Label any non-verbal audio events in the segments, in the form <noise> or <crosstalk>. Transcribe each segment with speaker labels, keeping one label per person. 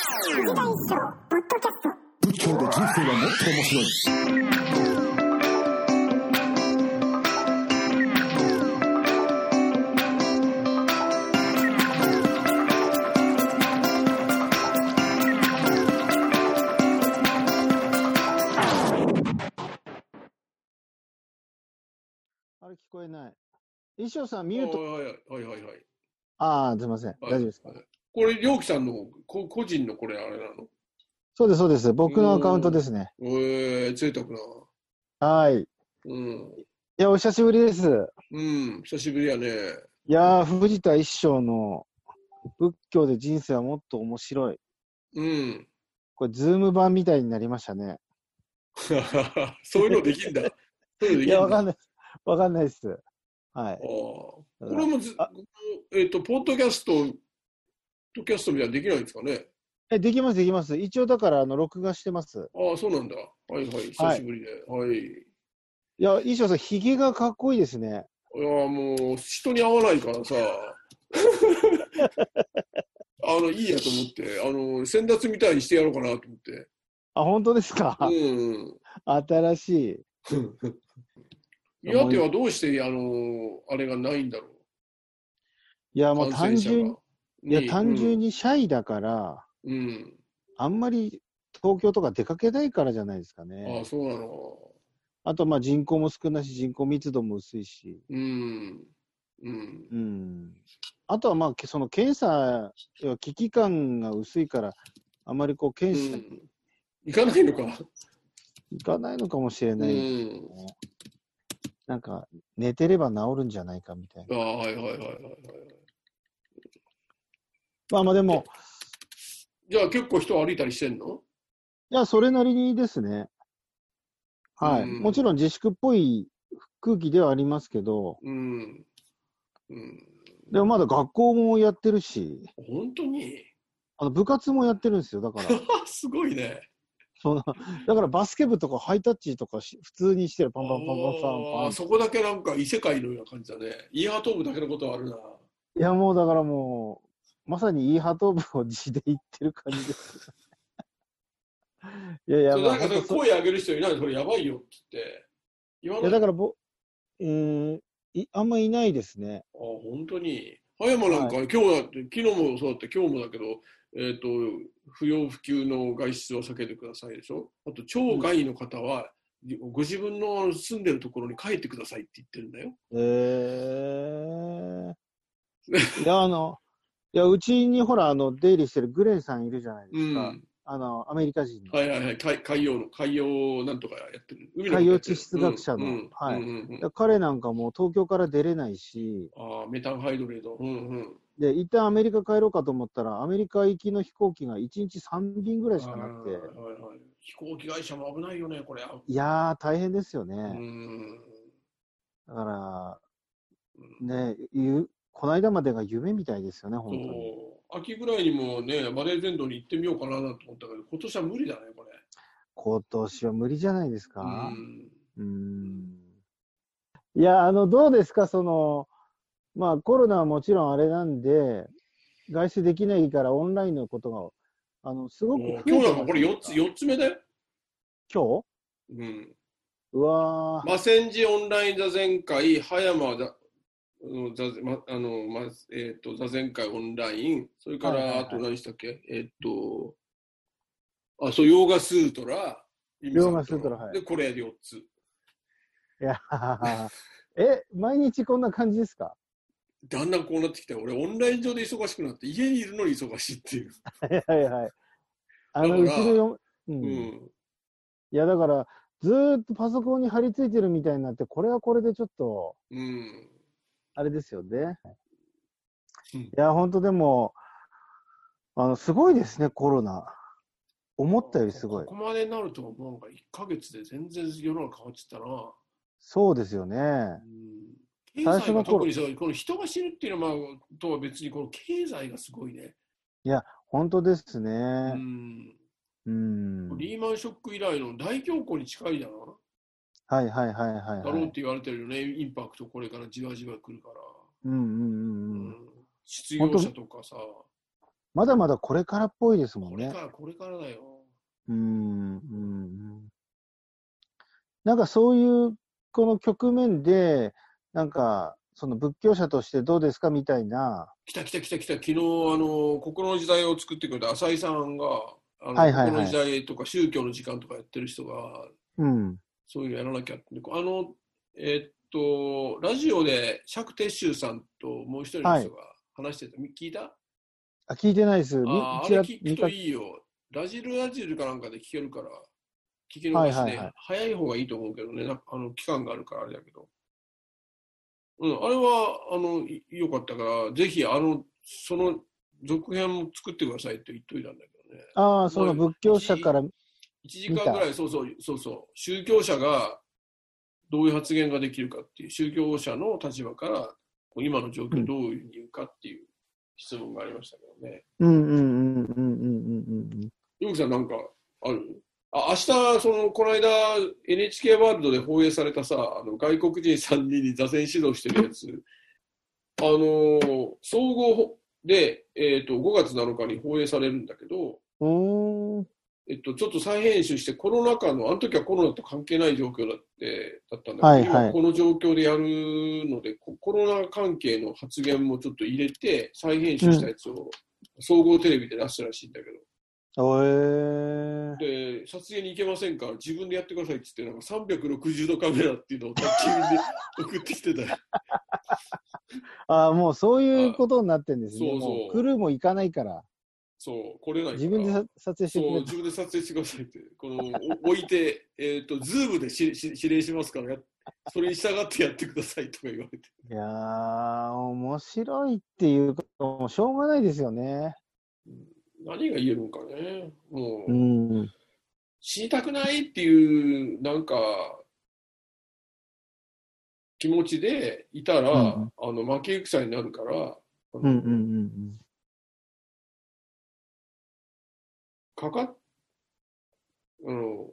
Speaker 1: 劇団四季のポッドキャスト
Speaker 2: 仏教で人生はもっと面白い。
Speaker 3: あれ聞こえない。衣装さん、ミ
Speaker 4: は
Speaker 3: ュ
Speaker 4: い
Speaker 3: ート。
Speaker 4: はいはいはい。
Speaker 3: ああ、すみません。
Speaker 4: は
Speaker 3: 大
Speaker 4: い
Speaker 3: 丈夫ですか
Speaker 4: はいこれ、りょうきさんのこ個人のこれ、あれなの
Speaker 3: そうです、そうです。僕のアカウントですね。
Speaker 4: えー、贅沢な。
Speaker 3: はい。い
Speaker 4: うん。
Speaker 3: や、お久しぶりです。
Speaker 4: うん、久しぶりやね。
Speaker 3: いやー、藤田一生の仏教で人生はもっと面白い。
Speaker 4: うん。 <laughs>
Speaker 3: これ、ズーム版みたいになりましたね。
Speaker 4: そういうのできんだ。そういうのできんだ。
Speaker 3: いや、わかんない。わかんないです。はい
Speaker 4: あー。これもず、えっ、と、ポッドキャスト、ポッドキャストみたいなのできないんですかね。
Speaker 3: え、できます、できます。一応、だから、あの、録画してます。
Speaker 4: ああ、そうなんだ。はいはい、久しぶりで。はい。い、
Speaker 3: いや、衣装さん、ヒゲがかっこいいですね。
Speaker 4: やー、もう、人に会わないからさ。 <laughs> あの、いいやと思って、あの、先達みたいにしてやろうかなと思って。
Speaker 3: あ、本当ですか、
Speaker 4: うん
Speaker 3: 新しい。
Speaker 4: 岩手はどうして、あの、あれがないんだろ
Speaker 3: いや、
Speaker 4: う。
Speaker 3: もう単
Speaker 4: 感染者
Speaker 3: 純に
Speaker 4: が、
Speaker 3: いや、単純
Speaker 4: に。
Speaker 3: にシャイだから、
Speaker 4: うん。
Speaker 3: あんまり東京とか出かけないからじゃないですか
Speaker 4: うんあ
Speaker 3: ね
Speaker 4: あ、。そうなの。
Speaker 3: あと、まあ人口も少ないし、人口密度も薄いし。
Speaker 4: うん。うん。
Speaker 3: うん。あとは、まあ、けその検査、要は危機感が薄いから、あまりこう、
Speaker 4: う
Speaker 3: 検査
Speaker 4: ん行かないのか。
Speaker 3: 行かないのかもしれ
Speaker 4: う
Speaker 3: ない。
Speaker 4: ん。
Speaker 3: なんか、寝てれば治るんじゃないかみたいな。
Speaker 4: ああ、はいはいはいはいはい。
Speaker 3: まあまあでも、
Speaker 4: じゃあ結構人歩いたりしてんの
Speaker 3: いや、それなりにですね。はい。
Speaker 4: うん
Speaker 3: もちろん自粛っぽい空気ではありますけど、
Speaker 4: うん。うん。
Speaker 3: でもまだ学校もやってるし、
Speaker 4: 本当に
Speaker 3: あの部活もやってるんですよ、だから。
Speaker 4: すごいね。
Speaker 3: そのだからバスケ部とかハイタッチとかし普通にしてるパンパンパンパンパン
Speaker 4: あ
Speaker 3: パ
Speaker 4: あ
Speaker 3: ン。
Speaker 4: そこだけなんか異世界のような感じだね。イヤートーブだけのことはあるな。
Speaker 3: いやもうだからもう、まさにイーハト部を地で行ってる感じです。いやいや、
Speaker 4: そう
Speaker 3: ま
Speaker 4: な
Speaker 3: あ
Speaker 4: んかそれ声上げる人いないのそれやばいよって言って。言わ
Speaker 3: い
Speaker 4: な
Speaker 3: や
Speaker 4: い
Speaker 3: だからぼ、うーんい、あんまいないですね。
Speaker 4: あ本当に。葉山なんか、今日だって、昨日もそうだって、今日もだけど、えっ、と、不要不急の外出は避けてくださいでしょ。あと、町外の方は、ご自分のあの住んでるところに帰ってくださいって言ってるんだよ。
Speaker 3: え
Speaker 4: <laughs>
Speaker 3: ー。いや、あの、いや、うちにほら、あの、出入りしてるグレンさんいるじゃないで
Speaker 4: う
Speaker 3: す
Speaker 4: ん。
Speaker 3: か。あの、アメリカ人の。
Speaker 4: はいはいはい。海海洋の、海洋なんとかやってる。海の
Speaker 3: 海洋地質学者の
Speaker 4: うんうん
Speaker 3: はい
Speaker 4: うんうんうん
Speaker 3: いや彼なんかもう東京から出れないし、
Speaker 4: ああ、メタンハイドレート。うんうん。
Speaker 3: で、一旦アメリカ帰ろうかと思ったら、アメリカ行きの飛行機が1日3便ぐらいしかなく
Speaker 4: はい
Speaker 3: て、
Speaker 4: はいはい飛行機会社も危ないよね、これ。
Speaker 3: いやー、大変ですよね。
Speaker 4: うん。
Speaker 3: だから、ね、ゆこの間までが夢みたいですよね、本当に。
Speaker 4: そう秋ぐらいにもね、マレー全土に行ってみようかなと思ったけど、今年は無理だね、これ。
Speaker 3: 今年は無理じゃないです
Speaker 4: う
Speaker 3: か。
Speaker 4: ん
Speaker 3: うーん。いや、あの、どうですか、その、まあ、コロナはもちろんあれなんで、外出できないからオンラインのことが、あの、すごく
Speaker 4: もう
Speaker 3: 増えてま
Speaker 4: 今日
Speaker 3: す
Speaker 4: なんかこれ4つ、四つ目だよ。
Speaker 3: 今日
Speaker 4: うん。
Speaker 3: うわー、
Speaker 4: マセンジオンライン座禅会、葉山座、うん座禅まあの、ま、えっ、と、座禅会オンライン、それか
Speaker 3: はいはいは
Speaker 4: ら、
Speaker 3: い
Speaker 4: あと何したっけえっ、と、あ、そう、ヨーガスートラ、
Speaker 3: ヨーガスートラはい
Speaker 4: で、これ4つ。
Speaker 3: いやえ、毎日こんな感じですか
Speaker 4: だんだんこうなってきて、俺、オンライン上で忙しくなって、家にいるのに忙しいっていう。
Speaker 3: はいはいはい。あの、う
Speaker 4: だ
Speaker 3: ち
Speaker 4: から
Speaker 3: のよ、うん。
Speaker 4: う
Speaker 3: い
Speaker 4: ん
Speaker 3: や、だから、ずーっとパソコンに張り付いてるみたいになって、これはこれでちょっと、
Speaker 4: うん。
Speaker 3: あれですよね。
Speaker 4: うん
Speaker 3: いや、本当でも、あの、すごいですね、コロナ。思ったよりすごい
Speaker 4: こ。こまでになると、もうなんか1ヶ月で全然世の中変わっちゃったな。
Speaker 3: そうですよね。
Speaker 4: うん経
Speaker 3: 最初
Speaker 4: 済
Speaker 3: の
Speaker 4: が
Speaker 3: 頃
Speaker 4: 特にそうこの人が死ぬっていうのは、まあ、とは別にこの経済がすごいね、
Speaker 3: 本当です
Speaker 4: う
Speaker 3: ね。
Speaker 4: ん、
Speaker 3: うん。
Speaker 4: リーマンショック以来の大恐慌に近いだな、
Speaker 3: はいはいはいはい、
Speaker 4: だ
Speaker 3: は
Speaker 4: ろうっ
Speaker 3: い。
Speaker 4: て言われてるよね、インパクトこれからじわじわ来るから、
Speaker 3: うんうんう
Speaker 4: うん
Speaker 3: うん。
Speaker 4: 失業者とかさ、
Speaker 3: まだまだこれからっぽいですもん
Speaker 4: これ
Speaker 3: ね。
Speaker 4: から、これからだよ。
Speaker 3: うん、うんうん。なんかそういう、この局面で、なんか、その仏教者としてどうですかみたいな、
Speaker 4: 来た来た来た来た、昨日、あの、心の時代を作ってくれた浅井さんが、あの、
Speaker 3: はいはいはい
Speaker 4: 心の時代とか宗教の時間とかやってる人が、
Speaker 3: うん。
Speaker 4: そういうのやらなきゃって、あの、えっと、ラジオで釈徹宗さんともう一人の人が話してた、み聞いた
Speaker 3: あ、聞いてないです。み
Speaker 4: ああ
Speaker 3: ち
Speaker 4: れ
Speaker 3: ら
Speaker 4: 聞く
Speaker 3: 見
Speaker 4: と
Speaker 3: か
Speaker 4: いいよ。ラジルラジルかなんかで聞けるから、聞き逃しね、
Speaker 3: はいはいはい
Speaker 4: 早い方がいいと思うけどね、なあの期間があるからあれだけど。うん、あれは、あの、い良かったから、ぜひ、あの、その続編も作ってくださいって言っといたんだけどね。
Speaker 3: ああ、その仏教者から、
Speaker 4: 1時間ぐらい、そうそう、そうそう、宗教者がどういう発言ができるかっていう、宗教者の立場から、こう今の状況をどういうふうに言うかっていう質問がありましたけどね。
Speaker 3: うんうんうんうんうんうんうん。
Speaker 4: ゆうきさんなんかあるあ明日、その、この間、NHK ワールドで放映されたさ、あの外国人3人に座禅指導してるやつ、あのー総合で、えっと5月7日に放映されるんだけど、
Speaker 3: うーん。
Speaker 4: えっと、ちょっと再編集して、コロナ禍の、あの時はコロナと関係ない状況だってだったんだけど、
Speaker 3: はいはい
Speaker 4: 今この状況でやるのでコ、コロナ関係の発言もちょっと入れて、再編集したやつを、総合テレビで出すらしいんだけど。
Speaker 3: おえー。
Speaker 4: で、撮影に行けませんから、自分でやってくださいって言って、なんか360度カメラっていうのを宅急便で送ってきてたよ。
Speaker 3: ああ、もうそういうことになってんですね。
Speaker 4: そうそう
Speaker 3: もうクルーも行かないから、
Speaker 4: そう、来れないから。
Speaker 3: 自分でさ撮影してく
Speaker 4: そう、
Speaker 3: れ
Speaker 4: 自分で撮影してくださいって。この、お置いて、えっ、と、ズームでしし指令しますからや、それに従ってやってくださいとか言われて。
Speaker 3: いやー、面白いっていうか、もうしょうがないですよね。
Speaker 4: 何が言えるのかね。もう、
Speaker 3: うん。
Speaker 4: 死にたくないっていう、なんか、気持ちでいたら、
Speaker 3: うん
Speaker 4: あの、負け戦になるから、あの
Speaker 3: うんうんうん
Speaker 4: かかっ、あの、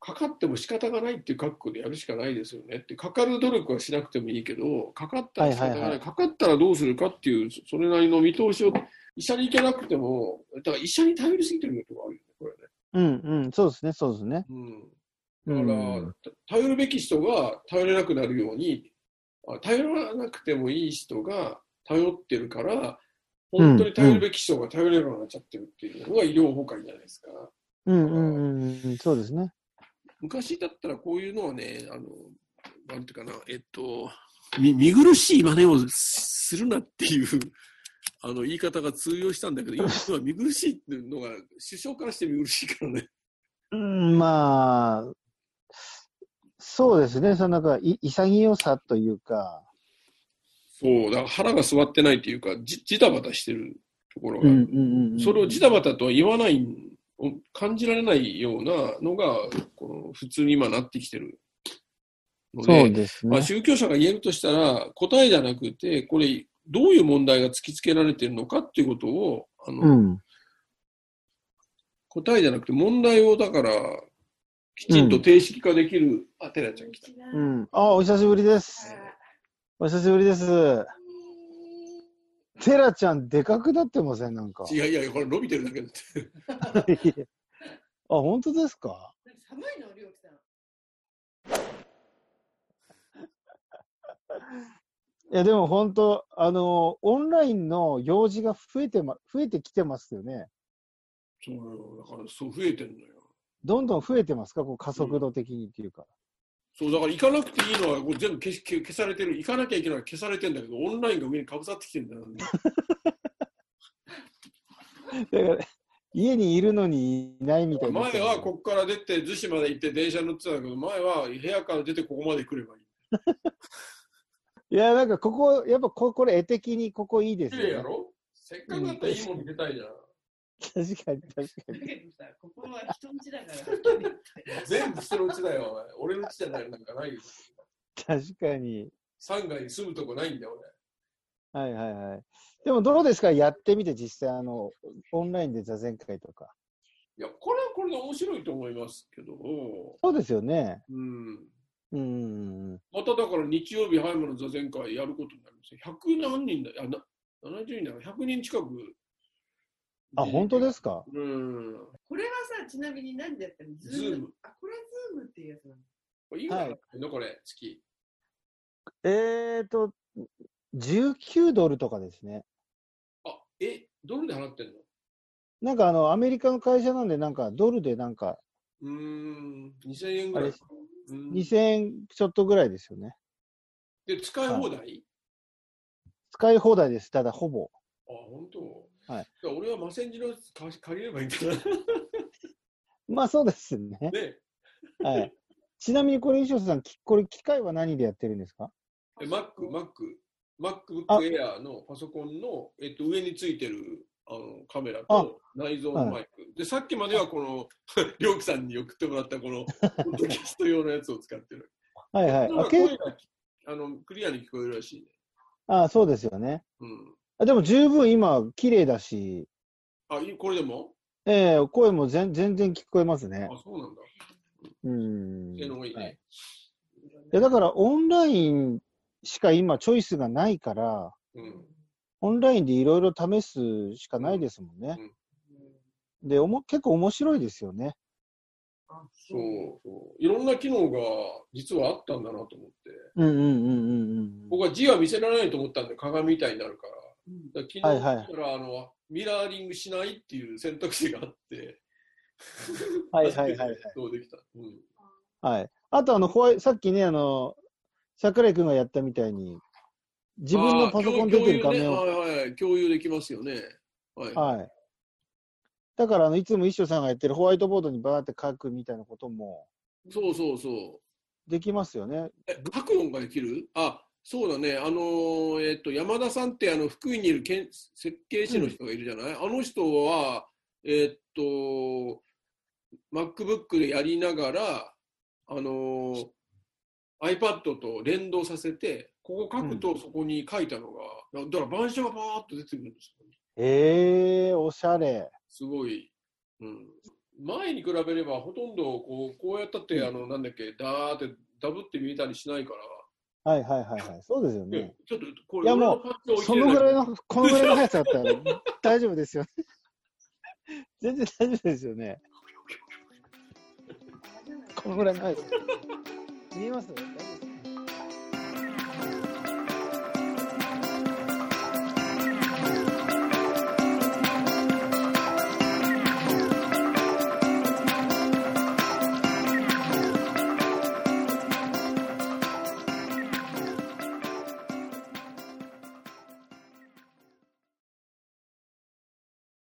Speaker 4: かかっても仕方がないっていう覚悟でやるしかないですよねって、かかる努力はしなくてもいいけど、かかったら仕方がない、
Speaker 3: はいはいはい
Speaker 4: かかったらどうするかっていう、それなりの見通しを、医者に行けなくても、だから医者に頼りすぎてるのとこあるよね、これ
Speaker 3: うん。うんうん、そうですね、そうですね。
Speaker 4: ね。
Speaker 3: う
Speaker 4: うん。だから、
Speaker 3: ん、
Speaker 4: た頼るべき人が頼れなくなるように、あ頼らなくてもいい人が頼ってるから、本当に頼るべき人が頼れなくなっちゃってるっていうのが医療崩壊じゃないですか。
Speaker 3: うんうんうんうん、そうですね。
Speaker 4: 昔だったらこういうのはね、あの、なんていうかな、えっと、み見苦しい真似をするなっていう、あの、言い方が通用したんだけど、今は見苦しいっていうのが、首相からして見苦しいからね。
Speaker 3: うん、まあ、そうですね、そのなんか、い潔さというか、
Speaker 4: そう、だから腹が据わってないっていうか、じ、じたばたしてるところが、
Speaker 3: うん
Speaker 4: それをじたばたとは言わない、感じられないようなのが、この普通に今なってきてるので、
Speaker 3: そうです
Speaker 4: まあ、
Speaker 3: ね。
Speaker 4: 宗教者が言えるとしたら、答えじゃなくて、これ、どういう問題が突きつけられてるのかっていうことを、あの
Speaker 3: うん。
Speaker 4: 答えじゃなくて、問題をだから、きちんと定式化できる、あ、テラちゃん来た。
Speaker 3: うん。あ、お久しぶりです。お久しぶりです。テラちゃん、でかくなってませんなんか。
Speaker 4: いやいやいや、これ伸びてるだけだって。
Speaker 3: あ、 <laughs> 本当ですか
Speaker 5: 寒いの、りょうきさん。
Speaker 3: いや、でも本当、あの、オンラインの用事が増えてま、増えてきてますよね。
Speaker 4: そうよだから、そう増えてるのよ。
Speaker 3: どんどん増えてますかこう加速度的にっていうか。
Speaker 4: そう、だから行かなくていいのは、これ全部消し消消されてる。行かなきゃいけないのは消されてるんだけど、オンラインが上にかぶさってきてるんだよ、
Speaker 3: だから、家にいるのにいないみたいな。
Speaker 4: 前はここから出て、逗子まで行って電車乗ってたんだけど、前は部屋から出てここまで来ればいい。
Speaker 3: いや、なんかここ、やっぱここれ絵的にここいいです
Speaker 4: 綺麗や
Speaker 3: よ、ね。
Speaker 4: ろせっかくだったらいいもん見せたいじゃん。
Speaker 3: 確かに確か
Speaker 5: だ
Speaker 3: に。
Speaker 5: けどさ、ここは人んちだ <laughs> から。
Speaker 4: <laughs> 全部人のうちだよ、お前俺のうちじゃないなんかないよ。
Speaker 3: 確かに。
Speaker 4: 3階に住むとこないんだよ、俺。
Speaker 3: はいはいはい。でもどうですかやってみて実際あの、オンラインで座禅会とか。
Speaker 4: いや、これはこれで面白いと思いますけど、
Speaker 3: そうですよね。
Speaker 4: うん。
Speaker 3: うん。
Speaker 4: まただから日曜日、ハイムの座禅会やることになりますよ。100何人だ、あな70人だから100人近く
Speaker 3: あ、本当ですか
Speaker 4: うん。
Speaker 5: これはさ、ちなみに何でやったのズ
Speaker 4: ズ
Speaker 5: ー
Speaker 4: ー
Speaker 5: ム
Speaker 4: ム。
Speaker 5: あ、これズームっていうやつなの
Speaker 4: これいいんじゃない
Speaker 3: は
Speaker 4: のこれ、月。
Speaker 3: えーと、19ドルとかですね。
Speaker 4: あ、え、ドルで払ってんの
Speaker 3: なんかあの、アメリカの会社なんで、なんかドルでなんか
Speaker 4: うーん、2000円ぐらいか。うん
Speaker 3: 2000円ちょっとぐらいですよね。
Speaker 4: で、使い放題
Speaker 3: 使い放題です、ただほぼ。
Speaker 4: あ、本当。
Speaker 3: はい。
Speaker 4: じゃあ俺はマセンジの貸し借りればいいんだな。
Speaker 3: <laughs> まあそうです
Speaker 4: <laughs>
Speaker 3: ね。
Speaker 4: ね
Speaker 3: はい。ちなみにこれ、衣装さん、きこれ機械は何でやってるんですか
Speaker 4: え、Mac、Mac、MacBook
Speaker 3: あ
Speaker 4: Air のパソコンの、えっと、上についてるあのカメラ
Speaker 3: あ
Speaker 4: と内蔵のマイク。で、さっきまではこの、 <laughs> りょうきさんに送ってもらったこの、ポッドキャスト用のやつを使ってる。
Speaker 3: はいはい。
Speaker 4: なん
Speaker 3: あ
Speaker 4: か
Speaker 3: け
Speaker 4: 声があのクリアに聞こえるらしいね。
Speaker 3: あ、そうですよね。
Speaker 4: うん。
Speaker 3: あでも十分今、綺麗だし、
Speaker 4: あ、いこれでも
Speaker 3: ええ声も全全然聞こえますね
Speaker 4: あ。、そうなんだ。
Speaker 3: うん。
Speaker 4: 性能がいい
Speaker 3: はい
Speaker 4: ね。
Speaker 3: いやだからオンラインしか今チョイスがないから、
Speaker 4: うん。
Speaker 3: オンラインでいろいろ試すしかないですもんね。
Speaker 5: うん
Speaker 3: で、おも結構面白いですよね。
Speaker 5: あ、そ
Speaker 4: そうそう。いろんな機能が実はあったんだなと思って。
Speaker 3: うんうんうんうんうん。
Speaker 4: 僕は字は見せられないと思ったんで鏡みたいになるから。
Speaker 5: うん
Speaker 4: だ
Speaker 3: は
Speaker 4: から
Speaker 3: いはい
Speaker 4: 昨日からあのミラーリングしないっていう選択肢があって。
Speaker 3: はいはいはいはい
Speaker 4: どうできた。うん。
Speaker 3: はい。あとあの、ホワイさっきね、あの、桜井くんがやったみたいに、自分のパソコン出てる画面
Speaker 4: あ
Speaker 3: を。
Speaker 4: ー共有ねはいはい。共有できますよね。はい。
Speaker 3: はい。だから、あの、いつも一生さんがやってるホワイトボードにバーって書くみたいなことも
Speaker 4: そうそうそう。
Speaker 3: できますよね。
Speaker 4: え、パクヨンができるあ、そうだね。あのーえっ、と、山田さんって、あの、福井にいるけん設計士の人がいるじゃない、あの人は、えっ、と、MacBook でやりながら、あのー iPad と連動させて、ここ書くとそこに書いたのが、だから板書がパーッと出てくるんですよ。
Speaker 3: ええおしゃれ。
Speaker 4: すごい。うん、前に比べれば、ほとんどこうこうやったって、あの、なんだっけ、ダーってダブって見えたりしないから、
Speaker 3: はいはいはいはい。そうですよね。
Speaker 4: ちょっとこれ、
Speaker 3: いやもう
Speaker 4: う
Speaker 3: そのぐらいの、このぐらいの速さだったら <laughs> 大丈夫ですよね。全然大丈夫ですよ
Speaker 4: <laughs>
Speaker 3: ね。このぐらいの速さ。見えます大丈夫です